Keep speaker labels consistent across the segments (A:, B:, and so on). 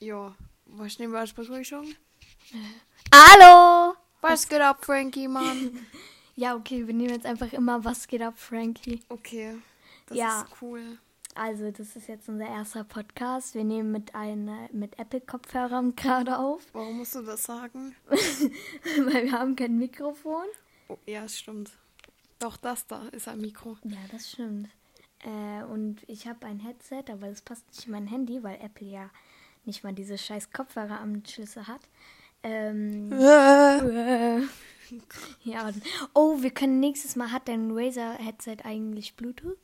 A: Ja, weißt du nicht, was was soll ich sagen?
B: Hallo!
A: Was geht ab, Frankie, Mann?
B: Ja, okay, wir nehmen jetzt einfach immer Was geht ab, Frankie?
A: Okay, das
B: Ja.
A: ist cool.
B: Also, das ist jetzt unser erster Podcast. Wir nehmen mit, einer- mit Apple-Kopfhörern gerade auf,
A: Warum musst du das sagen?
B: weil wir haben kein Mikrofon.
A: Oh, ja, es stimmt. Doch das da ist ein Mikro.
B: Ja, das stimmt. Äh, und ich habe ein Headset, aber das passt nicht in mein Handy, weil Apple ja nicht mal diese scheiß Kopfhörer am Schlüssel hat. Ähm, äh, ja, und, oh, wir können nächstes Mal, hat dein Razer-Headset eigentlich Bluetooth?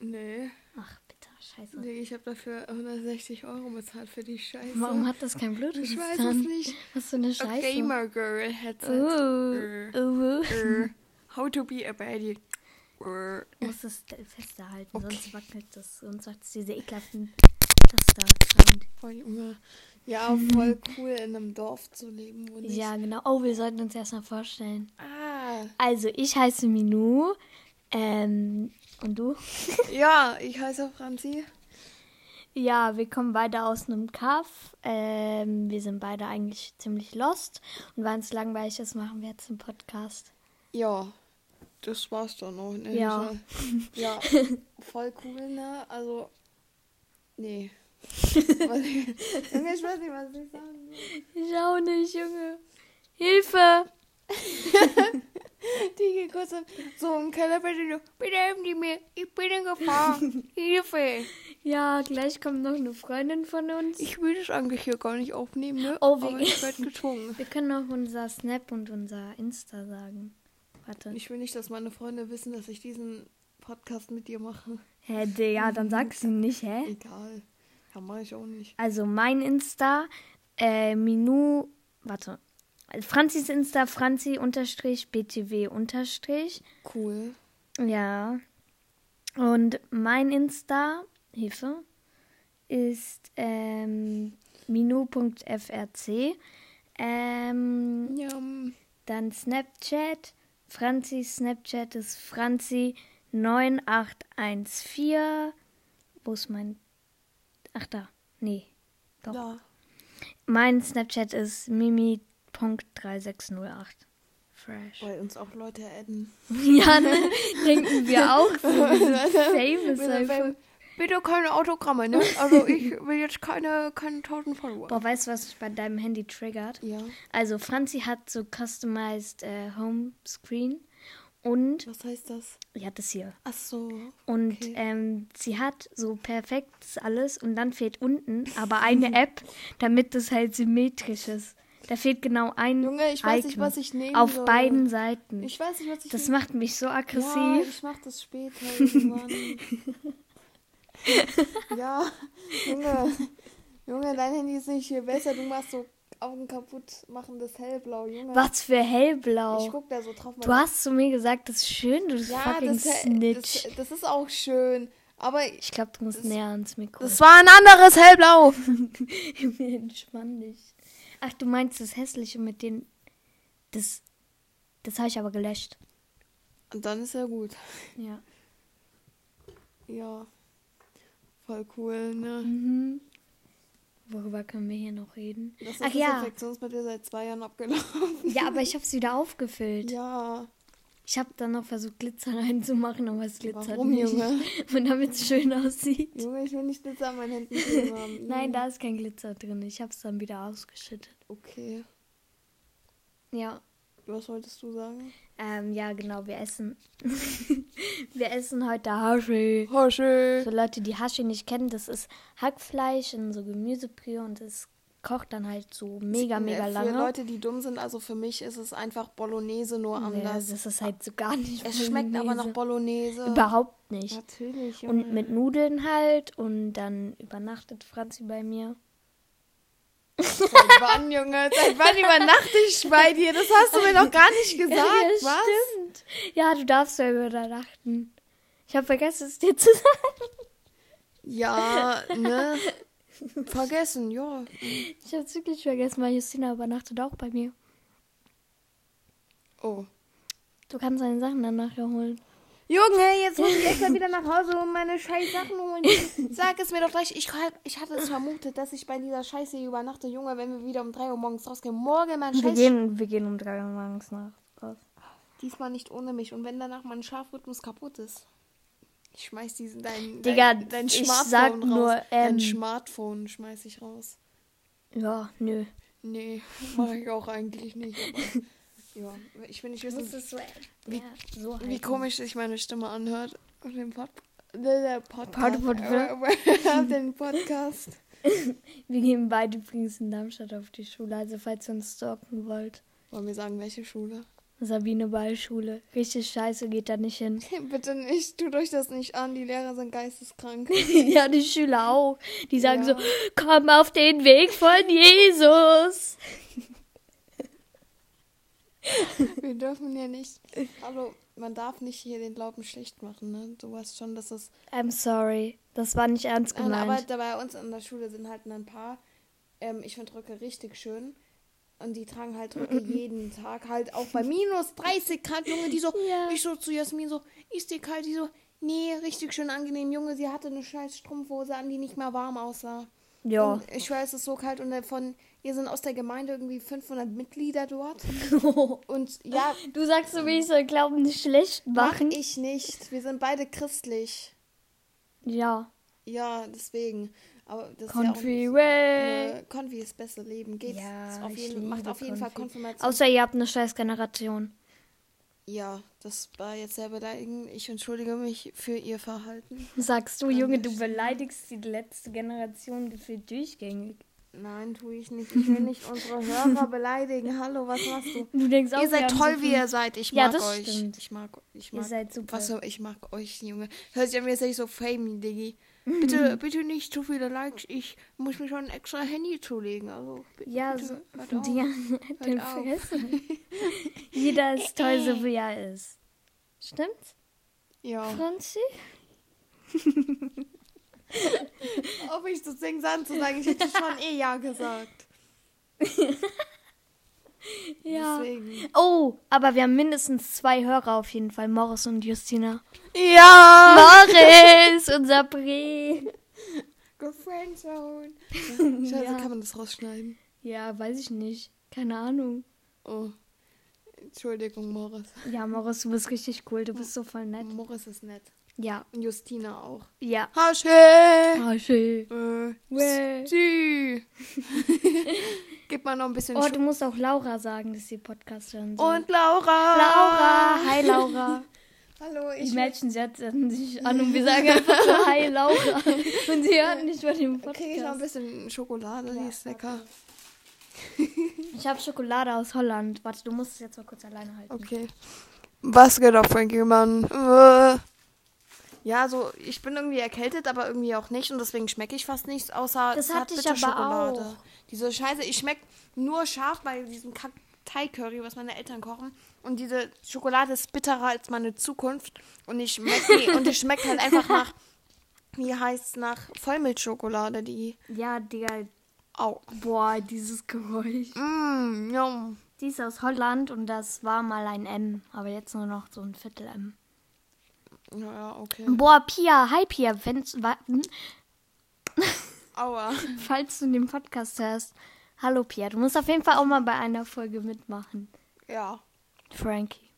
A: Nee,
B: Ach, bitte, scheiße.
A: nee ich habe dafür 160 Euro bezahlt für die Scheiße.
B: Warum hat das kein Bluetooth?
A: Ich weiß
B: dann?
A: es nicht.
B: Was für eine
A: A
B: Scheiße.
A: Gamer Girl Headset.
B: Uh,
A: Äh,
B: uh.
A: äh, How to be a baddie. Äh,
B: Ich muss das fester halten,
A: Okay.
B: sonst wackelt das. Sonst macht es diese ekelhaften Taster-Sound.
A: voll Junge. Ja, voll cool in einem Dorf zu leben, wo nicht.
B: Ja, genau. Oh, wir sollten uns erstmal vorstellen.
A: Ah.
B: Also, ich heiße Minou. Ähm, und du?
A: Ja, ich heiße Franzi.
B: Ja, wir kommen beide aus einem Kaff. Ähm, wir sind beide eigentlich ziemlich lost. Und weil es langweilig ist, machen wir jetzt einen Podcast.
A: Ja, das war's dann auch. Ne?
B: Ja.
A: Ja, voll cool, ne? Also, nee. Was ich, Junge, ich weiß nicht, was ich sagen soll.
B: Ich auch nicht, Junge. Hilfe!
A: Die geht kurz an- so im Keller bei dir, bitte helfen die mir, ich bin in Gefahr. Hilfe.
B: Ja, gleich kommt noch eine Freundin von uns.
A: Ich will das eigentlich hier gar nicht aufnehmen, ne?
B: Oh,
A: Aber
B: wegen-
A: ich werd gezwungen.
B: Wir können auch unser Snap und unser Insta sagen. Warte.
A: Ich will nicht, dass meine Freunde wissen, dass ich diesen Podcast mit dir mache.
B: Hä, Digga, dann sagst du nicht, hä?
A: Egal. Ja, mach ich auch nicht.
B: Also mein Insta, äh, Minu, warte. Franzis Insta, Franzi unterstrich, BTW unterstrich.
A: Cool.
B: Ja. Und mein Insta, Hilfe, ist ähm, minu.frc. Ähm,
A: Ja, ähm,
B: Dann Snapchat. Franzis Snapchat ist Franzi9814. Wo ist mein. Ach, da. Nee. Doch.
A: da.
B: Mein Snapchat ist mimi.3608. Fresh.
A: Weil uns auch Leute adden.
B: Ja, ne? denken wir auch. So. Wir sind famous einfach.
A: Bitte keine Autogramme, ne? Also ich will jetzt keine, keine 1000 Follower.
B: Boah, weißt du, was mich bei deinem Handy triggert?
A: Ja,
B: Also, Franzi hat so customized äh, Home Screen und.
A: was heißt das?
B: Ja, das hier.
A: Ach so.
B: Und
A: Okay.
B: ähm, sie hat so perfekt das alles und dann fehlt unten aber eine App, damit das halt symmetrisch ist. Da fehlt genau ein
A: Junge, ich weiß nicht,
B: Icon
A: was ich nehmen
B: Auf
A: soll.
B: beiden Seiten.
A: Ich weiß nicht, was ich...
B: das macht mich so
A: ja,
B: aggressiv.
A: ich mach das später irgendwann. ja, Junge. Junge, dein Handy ist nicht viel besser. Du machst so Augen kaputt machendes Hellblau, Junge.
B: Was für hellblau.
A: Ich guck da so drauf.
B: du hast zu mir gesagt, das ist schön, du
A: ja,
B: fucking
A: das,
B: Snitch.
A: das, das ist auch schön. Aber
B: ich glaube, du musst näher ans Mikro.
A: das war ein anderes Hellblau.
B: Junge, entspann dich. Ach, du meinst das Hässliche mit den... Das, das habe ich aber gelöscht.
A: Und dann ist ja gut.
B: Ja.
A: Ja. Voll cool, ne?
B: Mhm. Worüber können wir hier noch reden?
A: Das ist
B: Ach
A: das
B: ja.
A: Infektionsmittel seit zwei Jahren abgelaufen.
B: Ja, aber ich habe es wieder aufgefüllt.
A: Ja.
B: Ich habe dann noch versucht, Glitzer reinzumachen, aber es glitzert
A: Warum,
B: nicht.
A: Junge?
B: Und damit es schön aussieht.
A: Junge, ich will nicht Glitzer an meinen Händen kleben haben.
B: Nein, da ist kein Glitzer drin. Ich habe es dann wieder ausgeschüttet.
A: Okay.
B: Ja.
A: Was wolltest du sagen?
B: Ähm, ja, genau, wir essen. wir essen heute Hashi.
A: Hosche.
B: Für Leute, die Hashi nicht kennen, das ist Hackfleisch in so Gemüsebrühe und es kocht dann halt so mega, mega lange.
A: Für Leute, die dumm sind, also für mich ist es einfach Bolognese nur
B: Ja,
A: anders.
B: das ist halt so gar nicht
A: es schmeckt aber nach
B: Bolognese.
A: Bolognese.
B: Überhaupt nicht.
A: Natürlich, Junge.
B: Und mit Nudeln halt. Und dann übernachtet Franzi bei mir.
A: Seit wann, Junge? Seit wann übernachte ich bei dir? Das hast du mir doch gar nicht gesagt. Was?
B: stimmt. Ja, du darfst ja übernachten. Ich habe vergessen, es dir zu sagen.
A: Ja, ne? Vergessen, ja.
B: Ich habe es wirklich vergessen, weil Justina übernachtet auch bei mir.
A: Oh.
B: Du kannst deine Sachen dann nachher holen.
A: Junge, jetzt muss ich extra wieder nach Hause und meine scheiß Sachen holen. Sag es mir doch gleich. Ich, hab- ich hatte es vermutet, dass ich bei dieser Scheiße hier übernachte. Junge, wenn wir wieder um 3 Uhr morgens rausgehen. Morgen, mein
B: Wir
A: Scheiß.
B: gehen, wir gehen um drei Uhr morgens nach raus.
A: Diesmal nicht ohne mich. Und wenn danach mein Schlafrhythmus kaputt ist. Ich schmeiß diesen dein,
B: Digga,
A: dein, dein
B: ich
A: Smartphone
B: sag
A: raus.
B: nur, ähm,
A: dein Smartphone schmeiß ich raus.
B: Ja, nö.
A: Nee, mach ich auch eigentlich nicht. Aber, ja, ich will nicht wissen,
B: es so,
A: Wie-
B: so
A: Wie komisch sich meine Stimme anhört auf dem Pod der Podcast.
B: Pod- Pod-
A: auf den Podcast.
B: Wir gehen beide übrigens in Darmstadt auf die Schule, also falls ihr uns stalken wollt.
A: Wollen wir sagen, welche Schule?
B: Sabine Ballschule. Richtig scheiße, geht da nicht hin.
A: Bitte nicht, tut euch das nicht an, die Lehrer sind geisteskrank.
B: ja, die Schüler auch. Die sagen
A: Ja.
B: so, komm auf den Weg von Jesus.
A: Wir dürfen ja nicht. Also, man darf nicht hier den Glauben schlecht machen, ne? Du weißt schon, dass das.
B: I'm sorry. Das war nicht ernst
A: Nein, aber
B: gemeint.
A: da bei uns an der Schule sind halt ein paar. Ähm, ich finde Röcke richtig schön. Und die tragen halt Röcke jeden Tag, halt auch bei minus 30 Grad, Junge, die so,
B: Ja.
A: ich so zu Jasmin so, ist dir kalt? Die so, nee, richtig schön angenehm, Junge, sie hatte eine scheiß Strumpfhose an, die nicht mal warm aussah.
B: ja.
A: Und ich weiß, es ist so kalt und äh, von, hier sind aus der Gemeinde irgendwie 500 Mitglieder dort. Und ja,
B: Du sagst so, wie ich soll Glauben nicht schlecht machen.
A: Mach ich nicht. Wir sind beide christlich.
B: Ja.
A: Ja, deswegen. Aber das ist
B: Country
A: ja auch
B: Way.
A: äh, Konfi ist beste Leben. Geht
B: Ja,
A: auf
B: ich
A: jeden, macht
B: liebe
A: auf jeden Fall
B: Konfi.
A: Konfirmation.
B: Außer ihr habt eine scheiß Generation.
A: ja, das war jetzt sehr beleidigend. Ich entschuldige mich für ihr Verhalten.
B: Sagst du, Junge, du beleidigst die letzte Generation gefühlt durchgängig.
A: Nein, tue ich nicht. Ich will nicht unsere Hörer beleidigen. Hallo, was machst du?
B: Du denkst auch,
A: Ihr
B: wir
A: seid
B: haben
A: toll,
B: so
A: wie
B: viel-
A: ihr seid. Ich
B: Ja,
A: mag
B: das
A: euch.
B: stimmt.
A: Ich mag, ich
B: Ihr
A: mag
B: seid super.
A: Was so, ich mag euch, Junge. Hört sich an, wie jetzt nicht so fame, Diggi. Bitte, bitte nicht zu viele Likes. Ich muss mir schon ein extra Handy zulegen. Also, b-
B: Ja, so,
A: bitte, hört auf.
B: die den
A: auf.
B: Fresse. Jeder ist toll, so wie er ist. Stimmt's,
A: ja.
B: Franzi?
A: Ob ich das Ding sah, zu sagen, ich hätte schon eh ja gesagt.
B: Ja.
A: Deswegen.
B: Oh, aber wir haben mindestens zwei Hörer auf jeden Fall, Morris und Justina. Ah.
A: Ja!
B: Morris und Sabri.
A: Go friendzone. Scheiße,
B: Ja.
A: kann man das rausschneiden?
B: Ja, weiß ich nicht. Keine Ahnung.
A: Oh. Entschuldigung, Morris.
B: Ja, Morris, du bist richtig cool. Du bist so voll nett.
A: Morris ist nett.
B: Ja,
A: Und Justina auch.
B: ja.
A: Hasche!
B: Ah, schön.
A: Äh,
B: Weh.
A: Sü. Gib mal noch ein bisschen
B: Oh,
A: Schub.
B: du musst auch Laura sagen, dass sie Podcast hören soll.
A: Und Laura.
B: Laura. Hi, Laura.
A: Hallo,
B: Die
A: ich
B: Mädchen setzen sich an und wir sagen einfach so Hi Laura. Und sie hört nicht bei dem
A: kriege ich noch ein
B: Podcast.
A: bisschen Schokolade, die ist lecker.
B: Ich habe Schokolade aus Holland. Warte, du musst es jetzt mal kurz alleine halten.
A: Okay. Was geht ab, Frankie, Mann? Äh. Ja, so, ich bin irgendwie erkältet, aber irgendwie auch nicht und deswegen schmecke ich fast nichts, außer
B: Das
A: es
B: hatte ich
A: bitter
B: aber
A: Schokolade.
B: auch.
A: Diese Scheiße, ich schmecke nur scharf bei diesem Kack Thai-Curry, was meine Eltern kochen. Und diese Schokolade ist bitterer als meine Zukunft. Und ich schmecke und die schmeckt halt einfach nach, wie heißt nach Vollmilchschokolade, die.
B: Ja, Digga.
A: Au.
B: Boah, dieses Geräusch.
A: Mm, yum.
B: Die ist aus Holland und das war mal ein M. Aber jetzt nur noch so ein Viertel M.
A: Ja, Ja, Mhm. okay.
B: Boah, Pia. Hi, Pia. Wenn's, wa, hm?
A: Aua.
B: falls du den Podcast hörst. Hallo, Pia. Du musst auf jeden Fall auch mal bei einer Folge mitmachen.
A: Ja.
B: Frankie.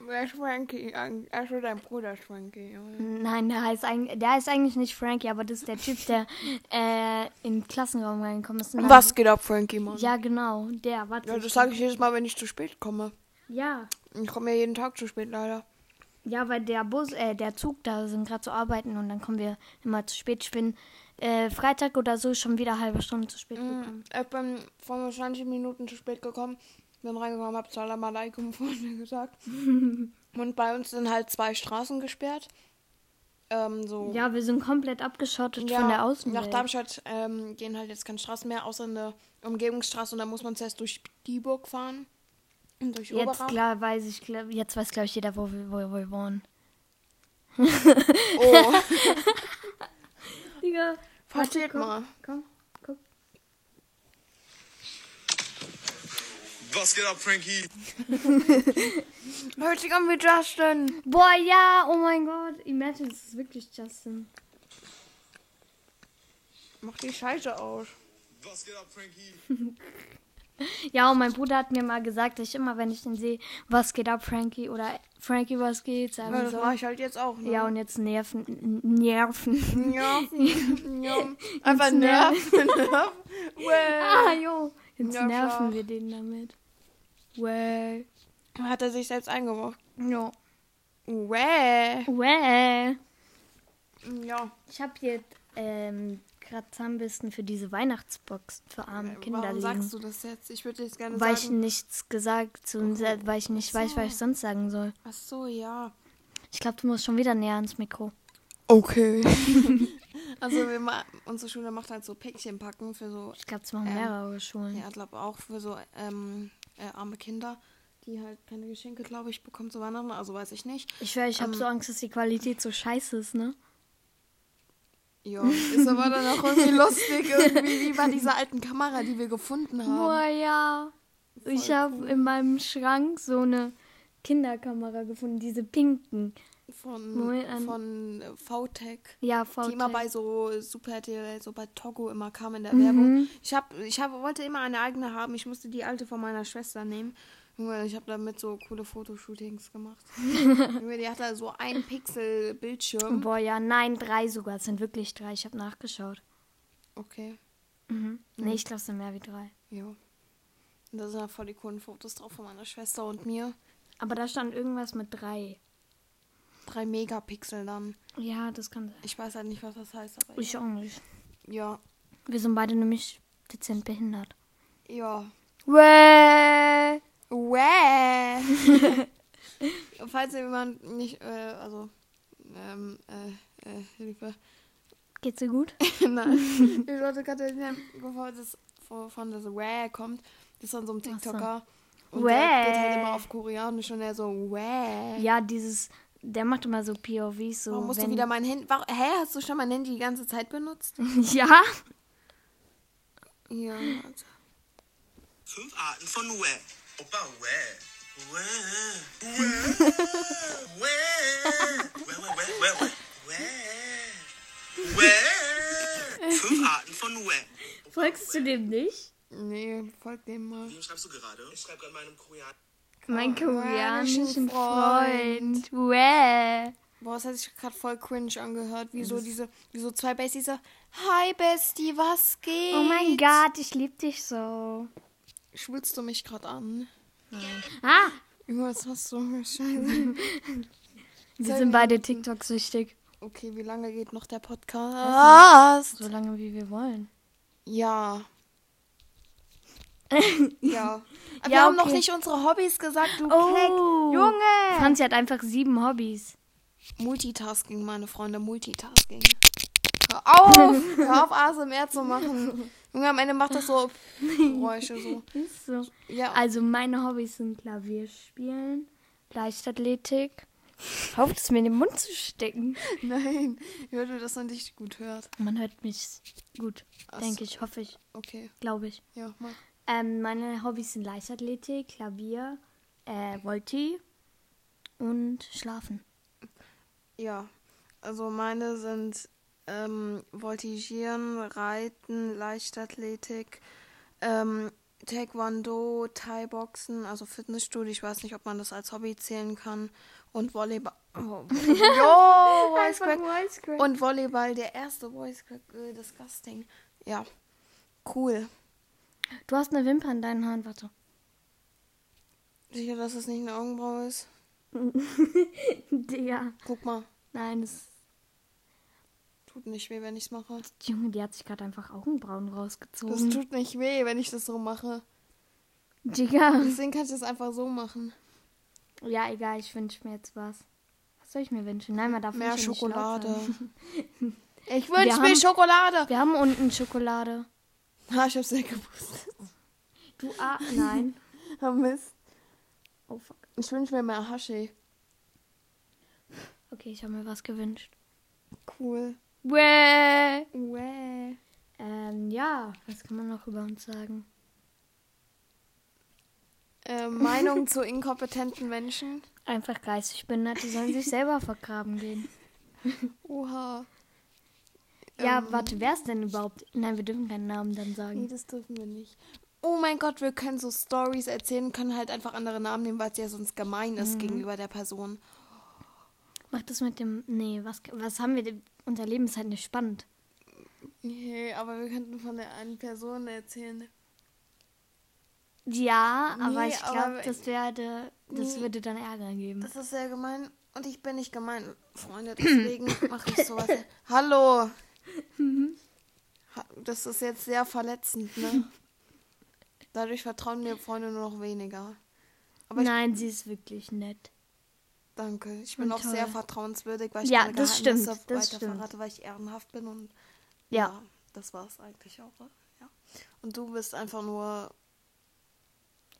A: Wer ist Frankie? eigentlich? Also dein Bruder ist Frankie. Junge.
B: Nein, der heißt, eigentlich, der heißt eigentlich nicht Frankie, aber das ist der Typ, der äh, in den Klassenraum reingekommen ist. Und
A: Was geht ab, Frankie, Mann?
B: dann- Ja, genau, der. Warte.
A: Ja, das sage ich jedes Mal, wenn ich zu spät komme.
B: ja.
A: Ich komme ja jeden Tag zu spät, leider.
B: ja, weil der Bus, äh, der Zug, da sind gerade zu arbeiten und dann kommen wir immer zu spät. Ich bin äh, Freitag oder so schon wieder eine halbe Stunde zu spät
A: Mm.
B: gekommen.
A: Ich bin vor nur 20 Minuten zu spät gekommen. Bin reingekommen, hab Salam alaikum vorne gesagt. Und bei uns sind halt zwei Straßen gesperrt. Ähm, so.
B: Ja, wir sind komplett abgeschottet
A: Ja,
B: von der
A: Nach
B: Außenwelt.
A: Darmstadt ähm, gehen halt jetzt keine Straßen mehr, außer eine Umgebungsstraße. Und da muss man zuerst durch Dieburg fahren. Und durch
B: Jetzt
A: Oberrad.
B: klar weiß ich, glaub, jetzt weiß glaube ich jeder, wo wir, wo wir wohnen.
A: Oh,
B: Digga,
A: versteht mal.
B: komm, guck.
C: Was geht ab, Frankie?
A: Heute kommen wir Justin.
B: Boah, ja, oh mein Gott. Imagine, es ist wirklich Justin.
A: Mach die Scheiße aus.
C: Was geht ab, Frankie?
B: Ja, und mein Bruder hat mir mal gesagt, dass ich immer, wenn ich den sehe, was geht ab, Frankie? Oder Frankie, was geht? Sagen
A: Ja, das
B: soll.
A: mache ich halt jetzt auch. Ne?
B: Ja, und jetzt nerven. n- Nerven.
A: Ja, ja. Einfach nerven. nerven. Well.
B: ne. Ah, jo. Jetzt
A: Ja,
B: nerven
A: klar.
B: wir den damit. Well.
A: Hat er sich selbst eingebracht.
B: Jo.
A: Well.
B: Well.
A: Ja.
B: Ich habe hier ähm, gerade Zahnbürsten für diese Weihnachtsbox für arme Kinder
A: Äh, Warum
B: liegen.
A: sagst du das jetzt? Ich würde jetzt gerne
B: weil ich
A: sagen.
B: nichts gesagt zu weil ich nicht weiß, was ich sonst sagen soll.
A: Ach so, ja.
B: Ich glaube, du musst schon wieder näher ans Mikro.
A: Okay. also wir ma unsere Schule macht halt so Päckchen packen für so,
B: Ich glaube, es machen
A: Ähm,
B: mehrere Schulen.
A: ja, ich glaube auch für so ähm, äh, arme Kinder, die halt keine Geschenke, glaube ich, bekommen zu Weihnachten. Also weiß ich nicht.
B: Ich schwör,
A: Ähm.
B: ich habe so Angst, dass die Qualität so scheiße ist, ne?
A: Ja, ist aber dann auch irgendwie lustig irgendwie wie bei dieser alten Kamera, die wir gefunden haben.
B: Boah, ja. Ich habe in meinem Schrank so eine Kinderkamera gefunden, diese pinken.
A: Von,
B: Moment, an-
A: von äh, VTech.
B: Ja, voll.
A: Die immer bei so Super RTL, so bei Togo immer kam in der
B: Mhm.
A: Werbung. Ich, hab, ich hab, wollte immer eine eigene haben. Ich musste die alte von meiner Schwester nehmen. Junge, ich habe damit so coole Fotoshootings gemacht. Junge, die hatte so ein Pixel Bildschirm.
B: Boah, ja, nein, drei sogar. Es sind wirklich drei. Ich habe nachgeschaut.
A: Okay,
B: Mhm. Nee, ich glaube, es sind mehr wie drei.
A: ja. Und Da sind halt voll die coolen Fotos drauf von meiner Schwester und mir.
B: Aber da stand irgendwas mit drei.
A: Drei Megapixel dann.
B: Ja, das kann sein.
A: Ich weiß halt nicht, was das heißt, aber
B: Ich auch nicht.
A: ja.
B: Wir sind beide nämlich dezent behindert.
A: Ja.
B: Wäh.
A: Wäh. Falls jemand nicht, äh, also, ähm, äh, äh, Hilfe.
B: Geht's dir gut?
A: Nein. Ich wollte Katharina, bevor das vor- von das Wäh kommt, das ist von so einem
B: Ach so.
A: TikToker. Und der geht halt
B: Wäh.
A: immer auf Koreanisch und er so, Wäh.
B: Ja, dieses, der macht immer so POVs so.
A: Warum musst du
B: wenn-
A: wieder mein Handy. Warum, hä, hast du schon mein Handy die ganze Zeit benutzt?
B: Ja?
A: Ja. also.
C: Fünf Arten von Wä. Opa, Wä. Wä. Wä. Wä. Wä, wä, wä, wä, wä. Wä. Wä. Fünf Arten von Wä.
B: Folgst du dem nicht?
A: Nee, folg dem mal.
C: Wem schreibst du gerade? Ich schreibe gerade meinem Koreaner.
B: Mein koreanischen
A: koreanischen
B: Freund.
A: Freund.
B: Wäh.
A: Boah, das hat sich gerade voll cringe angehört, wie so diese, wie so zwei Besties so, Hi Bestie, was geht?
B: Oh mein Gott, ich lieb dich so.
A: Schwulst du mich gerade an?
B: Ah,
A: Junge, Was hast du? Scheiße.
B: wir sind beide TikTok-süchtig.
A: Okay, wie lange geht noch der Podcast?
B: So lange, wie wir wollen.
A: Ja. ja. Aber
B: Ja,
A: wir haben noch
B: okay.
A: nicht unsere Hobbys gesagt, du
B: Oh.
A: Keck. Junge!
B: Franzi hat einfach sieben Hobbys.
A: Multitasking, meine Freunde, Multitasking. Hör auf! Hör auf, ASMR zu machen. Junge, am Ende macht das so Geräusche so.
B: Ist so.
A: Ja.
B: Also meine Hobbys sind Klavierspielen, Leichtathletik. Hofft es mir in den Mund zu stecken.
A: Nein, ich würde das noch nicht gut hört.
B: Man hört mich gut,
A: Ach so.
B: denke ich, hoffe ich,
A: Okay,
B: glaube ich.
A: ja, mach.
B: Ähm, meine Hobbys sind Leichtathletik, Klavier, äh, Volti und Schlafen.
A: Ja, also meine sind ähm, Voltigieren, Reiten, Leichtathletik, ähm, Taekwondo, Thai-Boxen, also Fitnessstudio. Ich weiß nicht, ob man das als Hobby zählen kann. Und Volleyball. Oh, jo,
B: Oh,
A: Voice Crack. Und Volleyball, der erste Voice Crack. Äh, disgusting. Ja, cool.
B: Du hast eine Wimper in deinen Haaren, warte.
A: Sicher, dass es nicht eine Augenbraue ist.
B: Digga.
A: Guck mal,
B: Nein, das.
A: tut nicht weh, wenn ich es mache.
B: Junge, die hat sich gerade einfach Augenbrauen
A: Das
B: rausgezogen.
A: tut nicht weh, wenn ich das so mache.
B: Digga.
A: Deswegen kann ich das einfach so machen.
B: Ja, egal, ich wünsche mir jetzt was. Was soll ich mir wünschen? Nein, man darf
A: Mehr
B: nicht so laut
A: Schokolade.
B: sein.
A: Ich
B: Wir
A: wünsche mir
B: haben-
A: Schokolade.
B: Wir haben unten Schokolade.
A: Ah, ich hab's nicht gewusst.
B: Du, ah, nein.
A: Oh Mist.
B: Oh, fuck.
A: Ich wünsche mir mehr Hashi.
B: Okay, ich habe mir was gewünscht.
A: Cool.
B: Wäh.
A: Uäh.
B: Ähm, ja, was kann man noch über uns sagen?
A: äh, Meinung zu inkompetenten Menschen.
B: Einfach geistig behindert, die sollen sich selber vergraben gehen.
A: Oha.
B: Ja,
A: Ähm.
B: warte, wer ist denn überhaupt? Nein, wir dürfen keinen Namen dann
A: Nee,
B: sagen.
A: das dürfen wir nicht. Oh mein Gott, wir können so Stories erzählen, können halt einfach andere Namen nehmen, weil es ja sonst gemein ist gegenüber der Person.
B: Mach das mit dem. Nee, was, was haben wir denn? Unser Leben ist halt nicht spannend.
A: Nee, aber wir könnten von der einen Person erzählen.
B: Ja, aber
A: Nee,
B: ich
A: aber-
B: glaube, das werde. Das
A: Nee.
B: würde dann Ärger geben.
A: Das ist sehr gemein und ich bin nicht gemein, Freunde, deswegen mache ich sowas. Hallo!
B: Mhm.
A: Ha- Das ist jetzt sehr verletzend, ne? Dadurch vertrauen mir Freunde nur noch weniger. aber ich-
B: Nein, sie ist wirklich nett.
A: Danke. Ich bin
B: Und
A: auch sehr
B: toll.
A: vertrauenswürdig, weil ich
B: Ja,
A: meine
B: das
A: Geheimnisse
B: stimmt, das
A: weiter
B: stimmt.
A: verrate, weil ich ehrenhaft bin und
B: Ja.
A: das war es eigentlich auch. ne? Ja. Und du bist einfach nur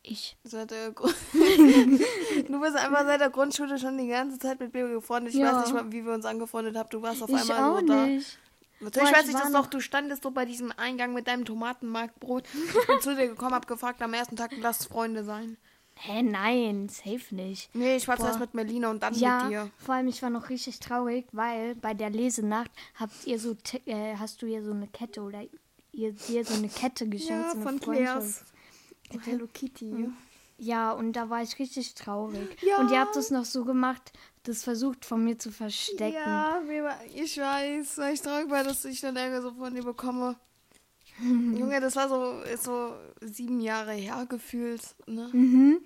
B: Ich.
A: seit der Gru- Du bist einfach seit der Grundschule schon die ganze Zeit mit mir gefreundet. Ich
B: Ja.
A: weiß nicht mal, wie wir uns angefreundet haben. Du warst auf
B: Ich
A: einmal
B: auch
A: nur da.
B: nicht.
A: Natürlich
B: Boah,
A: weiß
B: ich
A: ich
B: war
A: das
B: noch-
A: noch. Du standest so bei diesem Eingang mit deinem Tomatenmarktbrot. Ich bin zu dir gekommen, hab gefragt am ersten Tag, lass Freunde sein.
B: Hä, nein, safe nicht.
A: Nee, ich war
B: Boah.
A: zuerst mit Melina und dann mit
B: Ja,
A: dir.
B: vor allem ich war noch richtig traurig, weil bei der Lesenacht habt ihr so te- äh, hast du ihr so eine Kette oder ihr dir so eine Kette geschenkt.
A: Ja,
B: so eine
A: von
B: Freundschaft.
A: Claire's. Hello Kitty.
B: Ja, und da war ich richtig traurig.
A: Ja.
B: Und ihr habt es noch so gemacht, das versucht von mir zu verstecken.
A: Ja, mir war- ich weiß, weil ich traurig war, dass ich dann Ärger so von dir bekomme. Junge, das war so, ist so sieben Jahre her gefühlt, ne?
B: Mhm.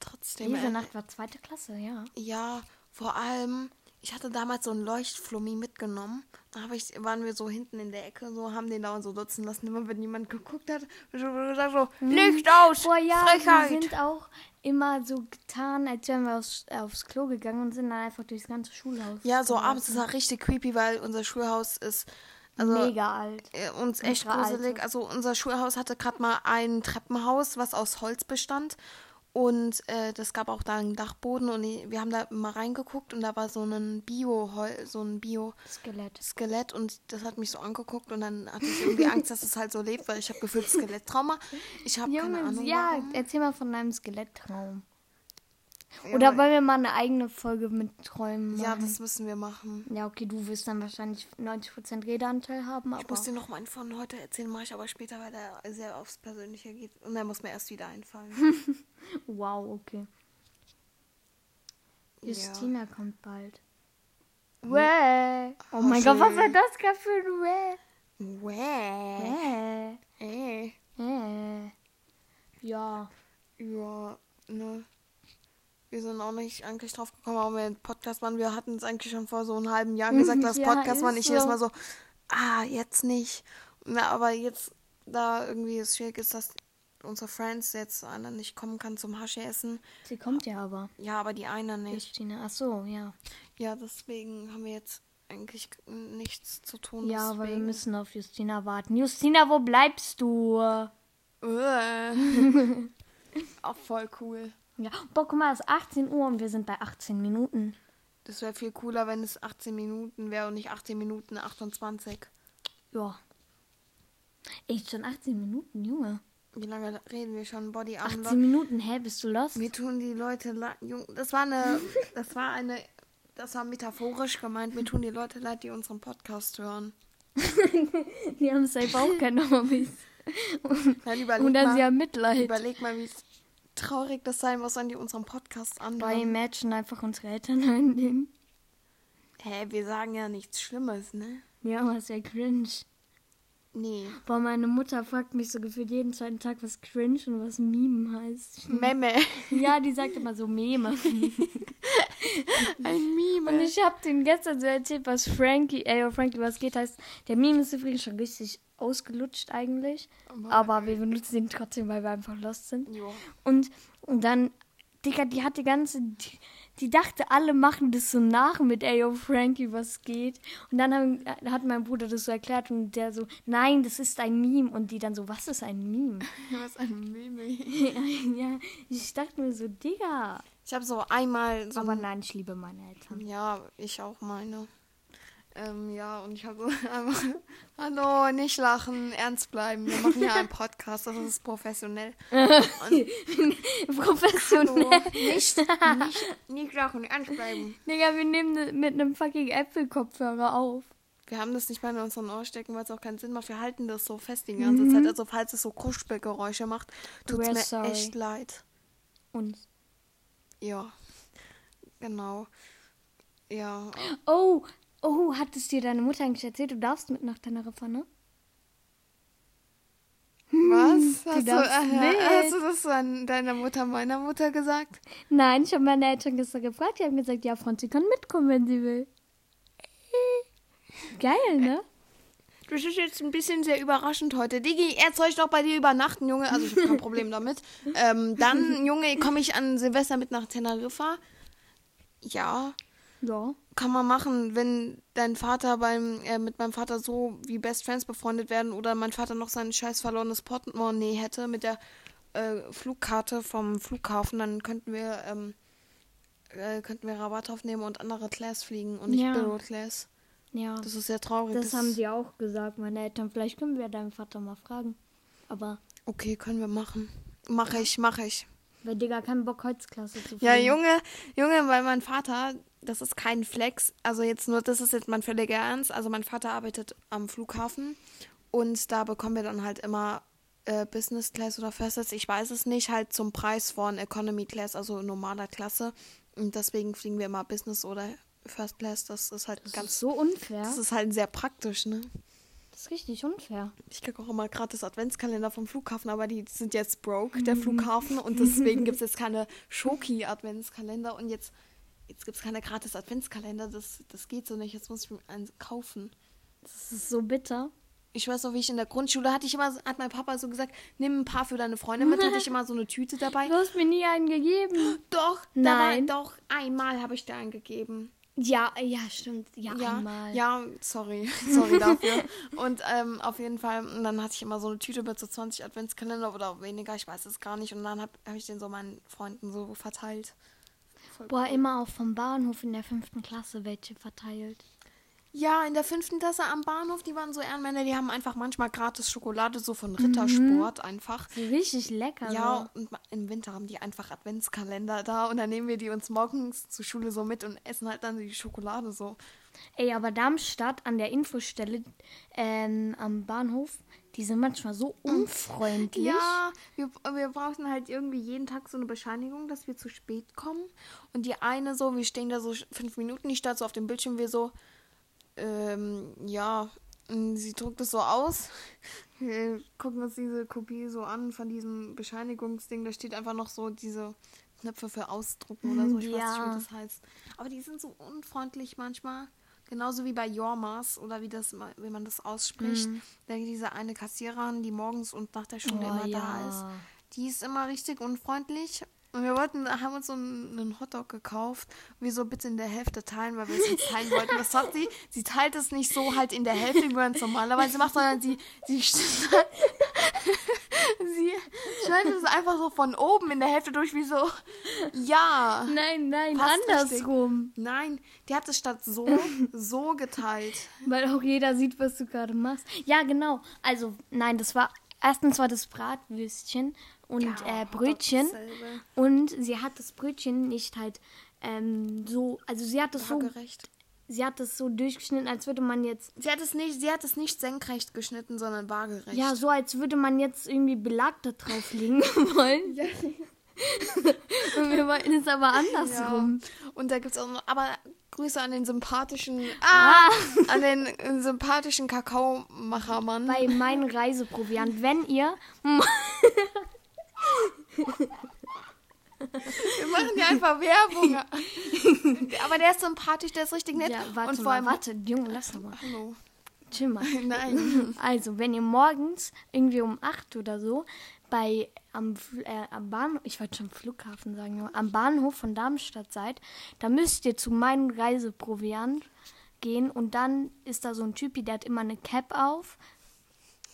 A: Trotzdem.
B: Diese
A: Äh,
B: Nacht war zweite Klasse, ja.
A: ja, vor allem, ich hatte damals so einen Leuchtflummi mitgenommen. Da hab ich, waren wir so hinten in der Ecke, so haben den da so sitzen lassen, immer wenn jemand geguckt hat. Und so gesagt so, Licht aus!
B: Hm, Vor Jahren wir
A: Frechheit!
B: sind auch immer so getan, als wären wir aufs, aufs Klo gegangen und sind dann einfach durchs ganze Schulhaus.
A: ja, so
B: gelaufen.
A: abends ist das richtig creepy, weil unser Schulhaus ist. Also,
B: Mega alt.
A: äh, uns echt
B: Ultra
A: gruselig.
B: altes.
A: Also unser Schulhaus hatte gerade mal ein Treppenhaus, was aus Holz bestand. Und äh, das gab auch da einen Dachboden und i- wir haben da mal reingeguckt und da war so ein Bio, so ein Bio
B: Skelett.
A: Skelett und das hat mich so angeguckt und dann hatte ich irgendwie Angst, dass es halt so lebt, weil ich habe gefühlt Skeletttrauma. Ich habe keine
B: Junge,
A: Ahnung.
B: ja,
A: warum.
B: erzähl mal von deinem Skeletttraum.
A: Ja,
B: Oder
A: weil-
B: wollen wir mal eine eigene Folge mit Träumen
A: ja,
B: machen?
A: das müssen wir machen.
B: Ja, okay, du wirst dann wahrscheinlich 90% Redeanteil haben, aber
A: Ich muss dir noch meinen von heute erzählen, mache ich aber später, weil der sehr aufs Persönliche geht. Und dann muss mir erst wieder einfallen.
B: wow, okay. Justina kommt bald. Wäh. Oh
A: Hm.
B: mein
A: schön.
B: Gott, was war das gerade für ein Wäh?
A: Wäh. Äh.
B: Wäh.
A: Ey.
B: Wäh. Ja.
A: Ja, ne. Wir sind auch nicht eigentlich drauf gekommen, aber wir Podcast waren, wir hatten es eigentlich schon vor so einem halben Jahr gesagt, dass
B: Ja,
A: Podcast waren.
B: ist
A: Ich jedes
B: so.
A: Mal so, ah, jetzt nicht. Na, aber jetzt, da irgendwie es schwierig ist, dass unsere Friends jetzt einer nicht kommen kann zum Hasche essen.
B: Sie kommt ja aber.
A: Ja, aber die eine nicht.
B: Justina. Ach so, ja.
A: Ja, deswegen haben wir jetzt eigentlich nichts zu tun.
B: Ja, aber wir
A: deswegen.
B: müssen auf Justina warten. Justina, wo bleibst du?
A: Äh. auch voll cool.
B: Ja. Boah, guck mal, es ist 18 Uhr und wir sind bei 18 Minuten.
A: Das wäre viel cooler, wenn es 18 Minuten wäre und nicht 18 Minuten 28.
B: Ja. Echt schon 18 Minuten, Junge.
A: Wie lange reden wir schon? Body
B: 18
A: Unlock.
B: Minuten, hä, bist du lost?
A: Mir tun die Leute leid. Jung- Das war eine. Das war eine. Das war metaphorisch gemeint. Mir tun die Leute leid, die unseren Podcast hören.
B: Die haben safe auch keine Hobbys.
A: Dann überleg
B: Und dann
A: mal,
B: sie haben Mitleid.
A: überleg mal, wie traurig das sein muss, wenn die unseren Podcast
B: Boah,
A: anhören.
B: imagine einfach unsere Eltern einnehmen.
A: Hä, wir sagen ja nichts Schlimmes, ne?
B: Ja, was ja cringe.
A: Nee.
B: Boah, meine Mutter fragt mich so gefühlt jeden zweiten Tag, was cringe und was Meme heißt.
A: Memme.
B: Ja, die sagt immer so Meme.
A: Ein Meme.
B: Und ich hab denen gestern so erzählt, was Frankie, ey, oh Frankie, was geht, heißt, der Meme ist übrigens schon richtig ausgelutscht eigentlich.
A: Aber-
B: Aber wir benutzen ihn trotzdem, weil wir einfach lost sind.
A: Jo.
B: Und, und dann, Digga, die hat die ganze, die, die dachte, alle machen das so nach mit, ey, yo, Frankie, was geht? Und dann haben, äh, hat mein Bruder das so erklärt und der so, nein, das ist ein Meme. Und die dann so, was ist ein Meme?
A: Was ein Meme.
B: ja, ich dachte mir so, Digga.
A: Ich habe so einmal so
B: Aber nein, ich liebe meine Eltern.
A: Ja, ich auch meine. Ähm, ja, und ich habe so einfach, hallo, nicht lachen, ernst bleiben. Wir machen ja einen Podcast, das ist professionell. Hallo,
B: Professionell.
A: nicht, nicht, nicht lachen, ernst bleiben.
B: Digga, wir nehmen das mit einem fucking Apple-Kopfhörer auf.
A: Wir haben das nicht mal in unseren Ohr stecken, weil es auch keinen Sinn macht. Wir halten das so fest die ganze Zeit. Also falls es so Kruschelgeräusche macht, tut
B: We're
A: mir
B: sorry.
A: echt leid.
B: Und.
A: Ja, genau. Ja,
B: Oh, oh, hat es dir deine Mutter eigentlich erzählt? Du darfst mit nach Teneriffa, ne?
A: was? Hast
B: darfst
A: aha,
B: mit.
A: hast du das so an deiner Mutter, meiner Mutter gesagt?
B: Nein, ich habe meine Eltern gestern gefragt. Die haben gesagt, ja, Franzi kann mitkommen, wenn sie will. Geil, ne?
A: Das ist jetzt ein bisschen sehr überraschend heute. Digi, er soll ich doch bei dir übernachten, Junge. Also ich habe kein Problem damit. Ähm, dann, Junge, komme ich an Silvester mit nach Teneriffa. Ja,
B: Ja.
A: kann man machen, wenn dein Vater beim, äh, mit meinem Vater so wie Best Friends befreundet werden oder mein Vater noch sein scheiß verlorenes Portemonnaie hätte mit der äh, Flugkarte vom Flughafen, dann könnten wir, ähm, äh, könnten wir Rabatt aufnehmen und andere Class fliegen und nicht
B: Ja.
A: Below Class.
B: Ja, das,
A: Das ist sehr traurig.
B: haben die auch gesagt, meine Eltern. Vielleicht können wir deinen Vater mal fragen. Aber
A: Okay, können wir machen. Mache ich, mache ich. Mhm.
B: weil Digga keinen Bock, Holzklasse zu
A: Ja,
B: fliegen.
A: Junge, Junge, weil mein Vater, das ist kein Flex, also jetzt nur, das ist jetzt mein völliger Ernst. Also mein Vater arbeitet am Flughafen und da bekommen wir dann halt immer äh, Business Class oder First Class, ich weiß es nicht, halt zum Preis von Economy Class, also normaler Klasse. Und deswegen fliegen wir immer Business oder First Class. Das ist halt
B: Das
A: ganz,
B: ist so unfair.
A: das ist halt sehr praktisch, ne?
B: Das ist richtig unfair.
A: Ich kriege auch immer gratis Adventskalender vom Flughafen, aber die sind jetzt broke, der Flughafen. Und deswegen gibt es jetzt keine Schoki-Adventskalender. Und jetzt, jetzt gibt es keine gratis Adventskalender. Das, das geht so nicht. Jetzt muss ich mir einen kaufen.
B: Das ist so bitter.
A: Ich weiß noch, wie ich in der Grundschule hatte ich immer, so- hat mein Papa so gesagt, nimm ein paar für deine Freunde mit. Hatte ich immer so eine Tüte dabei.
B: Du hast mir nie einen gegeben.
A: Doch,
B: Nein.
A: Da war, doch, einmal habe ich dir einen gegeben.
B: Ja, ja, stimmt. Ja,
A: Ja,
B: einmal.
A: ja, sorry, sorry dafür. Und ähm, auf jeden Fall, und dann hatte ich immer so eine Tüte mit so 20 Adventskalender oder auch weniger, ich weiß es gar nicht. Und dann habe hab ich den so meinen Freunden so verteilt.
B: Boah, immer auch vom Bahnhof in der fünften Klasse welche verteilt.
A: Ja, in der fünften Klasse am Bahnhof, die waren so Ehrenmänner, die haben einfach manchmal gratis Schokolade, so von Rittersport einfach.
B: Richtig lecker.
A: Ja, und ma- im Winter haben die einfach Adventskalender da und dann nehmen wir die uns morgens zur Schule so mit und essen halt dann die Schokolade so.
B: Ey, aber Darmstadt an der Infostelle ähm, am Bahnhof, die sind manchmal so unfreundlich.
A: Hm. Ja, wir, wir brauchten halt irgendwie jeden Tag so eine Bescheinigung, dass wir zu spät kommen. Und die eine so, wir stehen da so sch- fünf Minuten, die statt so auf dem Bildschirm, wir so, ähm, ja, Und sie druckt es so aus. Wir gucken uns diese Kopie so an von diesem Bescheinigungsding, da steht einfach noch so diese Knöpfe für Ausdrucken oder so, ich weiß nicht,
B: Ja.
A: wie das heißt. Aber die sind so unfreundlich manchmal. Genauso wie bei Jormas oder wie, das, ma- wie man das ausspricht. Da diese eine Kassiererin, die morgens und nach der Schule
B: Mhm. Oh,
A: immer da
B: ja.
A: ist. Die ist immer richtig unfreundlich. Und wir wollten, haben uns so einen, einen Hotdog gekauft. Wir so bitte in der Hälfte teilen, weil wir es nicht teilen wollten. Was hat sie? Sie teilt es nicht so halt in der Hälfte, wie man es normalerweise macht, sondern sie, sie, schne- sie schneidet es einfach so von oben in der Hälfte durch, wie so, ja.
B: Nein, nein,
A: Passt
B: andersrum.
A: Nein, die hat es statt so, so geteilt.
B: Weil auch jeder sieht, was du gerade machst. Ja, genau. Also, nein, das war. Erstens war das Bratwürstchen und
A: Ja,
B: äh,
A: Hotdog
B: Brötchen.
A: dasselbe.
B: Und sie hat das Brötchen nicht halt ähm, so. Also, sie hat das so.
A: Waagerecht.
B: Sie hat das so durchgeschnitten, als würde man jetzt.
A: Sie hat es nicht, sie hat es nicht senkrecht geschnitten, sondern waagerecht.
B: Ja, so als würde man jetzt irgendwie Belag da drauf legen wollen. Und wir wollten es aber andersrum.
A: Und da gibt's auch noch, aber Grüße an den sympathischen, ah, an den äh, sympathischen Kakaomachermann.
B: Bei meinem Reiseproviant. Wenn ihr.
A: Wir machen ja einfach Werbung. aber der ist sympathisch, der ist richtig nett.
B: Ja, warte
A: und vor
B: mal,
A: allem,
B: warte, Junge, lass doch mal.
A: hallo.
B: Chill mal.
A: Nein.
B: Also, wenn ihr morgens irgendwie um 8 oder so bei am, Fl- äh, am Bahnhof, ich wollte schon Flughafen sagen, Junge, am Bahnhof von Darmstadt seid, dann müsst ihr zu meinem Reiseproviant gehen und dann ist da so ein Typi, der hat immer eine Cap auf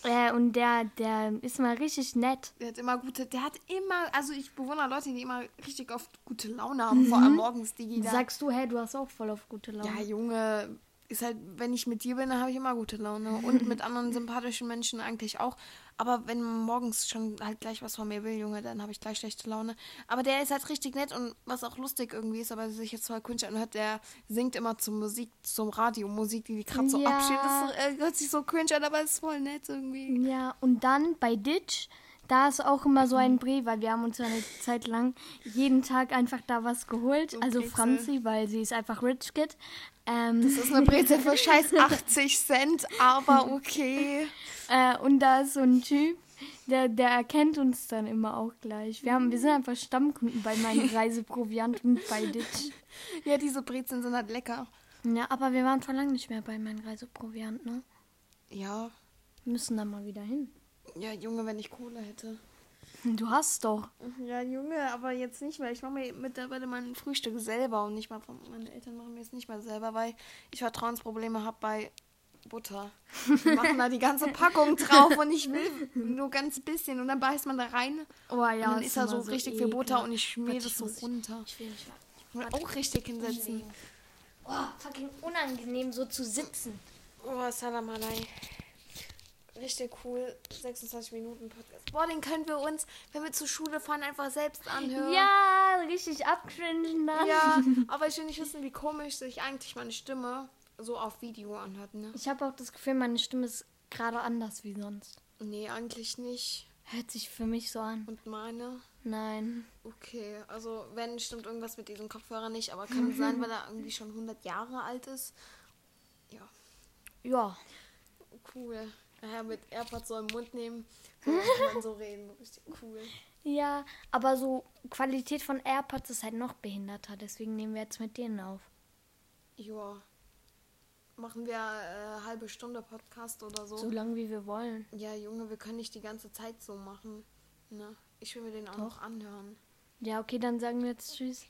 B: äh, und der, der ist mal richtig nett.
A: Der hat immer gute, der hat immer, also ich bewundere Leute, die immer richtig
B: Mhm.
A: oft gute Laune haben, vor allem morgens, Digi. da-
B: Sagst du, hey, du hast auch voll auf gute Laune.
A: Ja, Junge, ist halt, wenn ich mit dir bin, dann habe ich immer gute Laune. Und mit anderen sympathischen Menschen eigentlich auch. Aber wenn man morgens schon halt gleich was von mir will, Junge, dann habe ich gleich schlechte Laune. Aber der ist halt richtig nett und was auch lustig irgendwie ist, aber sich jetzt voll kunsch anhört, der singt immer zur Musik, zum Radio, Musik, die die gerade so
B: Ja.
A: abspielt. Das ist, äh, hört sich so cringe an, aber ist voll nett irgendwie.
B: Ja, und dann bei Ditch, da ist auch immer so ein Brie, weil wir haben uns ja eine Zeit lang jeden Tag einfach da was geholt. also
A: Brezel.
B: Franzi, weil sie ist einfach Rich Kid. Ähm,
A: Das ist eine Brezel für scheiß 80 Cent, aber okay.
B: äh, und da ist so ein Typ, der, der erkennt uns dann immer auch gleich. Wir, haben, wir sind einfach Stammkunden bei meinem Reiseproviant und bei Ditch.
A: Ja, diese Brezeln sind halt lecker.
B: Ja, aber wir waren vor lang nicht mehr bei meinem Reiseproviant, ne?
A: Ja.
B: Wir müssen da mal wieder hin.
A: Ja, Junge, wenn ich Kohle hätte.
B: Du hast doch.
A: Ja, Junge, aber jetzt nicht mehr. Ich mache mir mittlerweile mein Frühstück selber und nicht mal von meinen Eltern machen mir es nicht mehr selber, weil ich Vertrauensprobleme habe bei Butter. Die machen da die ganze Packung drauf und ich will nur ganz bisschen und dann beißt man da rein
B: Oh ja,
A: und dann ist da so richtig viel Butter und ich schmier
B: Warte,
A: das
B: ich
A: so
B: muss-
A: runter.
B: Ich will nicht mehr.
A: Ich will auch richtig hinsetzen.
B: Oh, fucking unangenehm, so zu sitzen.
A: Oh, Salamalei. Richtig cool. 26 Minuten Podcast. Boah, den können wir uns, wenn wir zur Schule fahren, einfach selbst anhören.
B: Ja, richtig abcringen dann.
A: Ja, aber ich will nicht wissen, wie komisch sich eigentlich meine Stimme so auf Video anhört, ne?
B: Ich habe auch das Gefühl, meine Stimme ist gerade anders wie sonst.
A: Nee, eigentlich nicht.
B: Hört sich für mich so an.
A: Und meine?
B: Nein.
A: Okay, also wenn, stimmt irgendwas mit diesem Kopfhörer nicht, aber kann sein, weil er irgendwie schon 100 Jahre alt ist. Ja,
B: Ja.
A: cool. Naja, mit AirPods so im Mund nehmen, so kann man so reden. Richtig cool.
B: Ja, aber so Qualität von AirPods ist halt noch behinderter, deswegen nehmen wir jetzt mit denen auf.
A: Ja. Machen wir äh, halbe Stunde Podcast oder so.
B: So lange wie wir wollen.
A: Ja, Junge, wir können nicht die ganze Zeit so machen. Ne? Ich will mir den auch noch anhören.
B: Ja, okay, dann sagen wir jetzt Tschüss.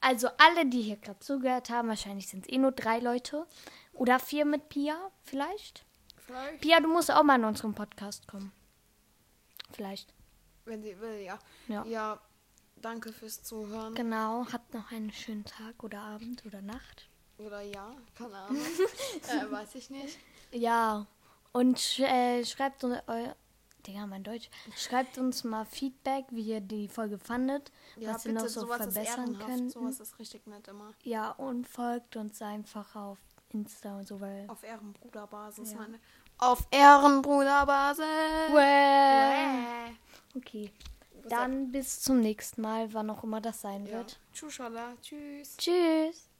B: Also alle, die hier gerade zugehört haben, wahrscheinlich sind es eh nur drei Leute. Oder vier mit Pia, vielleicht.
A: Vielleicht.
B: Pia, du musst auch mal in unseren Podcast kommen. Vielleicht.
A: Wenn sie will, ja.
B: Ja.
A: Ja. danke fürs Zuhören.
B: Genau, habt noch einen schönen Tag oder Abend oder Nacht.
A: Oder ja, keine Ahnung. äh, weiß ich nicht.
B: Ja, und sch äh, schreibt uns euer. Digga, mein Deutsch. Schreibt uns mal Feedback, wie ihr die Folge fandet,
A: Ja,
B: was wir
A: bitte,
B: noch so
A: sowas ist
B: verbessern
A: ehrenhaft.
B: können.
A: Sowas ist richtig nett immer.
B: Ja, und folgt uns einfach auf Insta und so, weil.
A: Auf Ehrenbruderbasis,
B: Ja.
A: meine. Auf Ehrenbruderbasis!
B: Well.
A: Yeah.
B: Okay, dann bis zum nächsten Mal, wann auch immer das sein
A: Ja.
B: wird.
A: Tschüss, Schala. Tschüss.
B: Tschüss.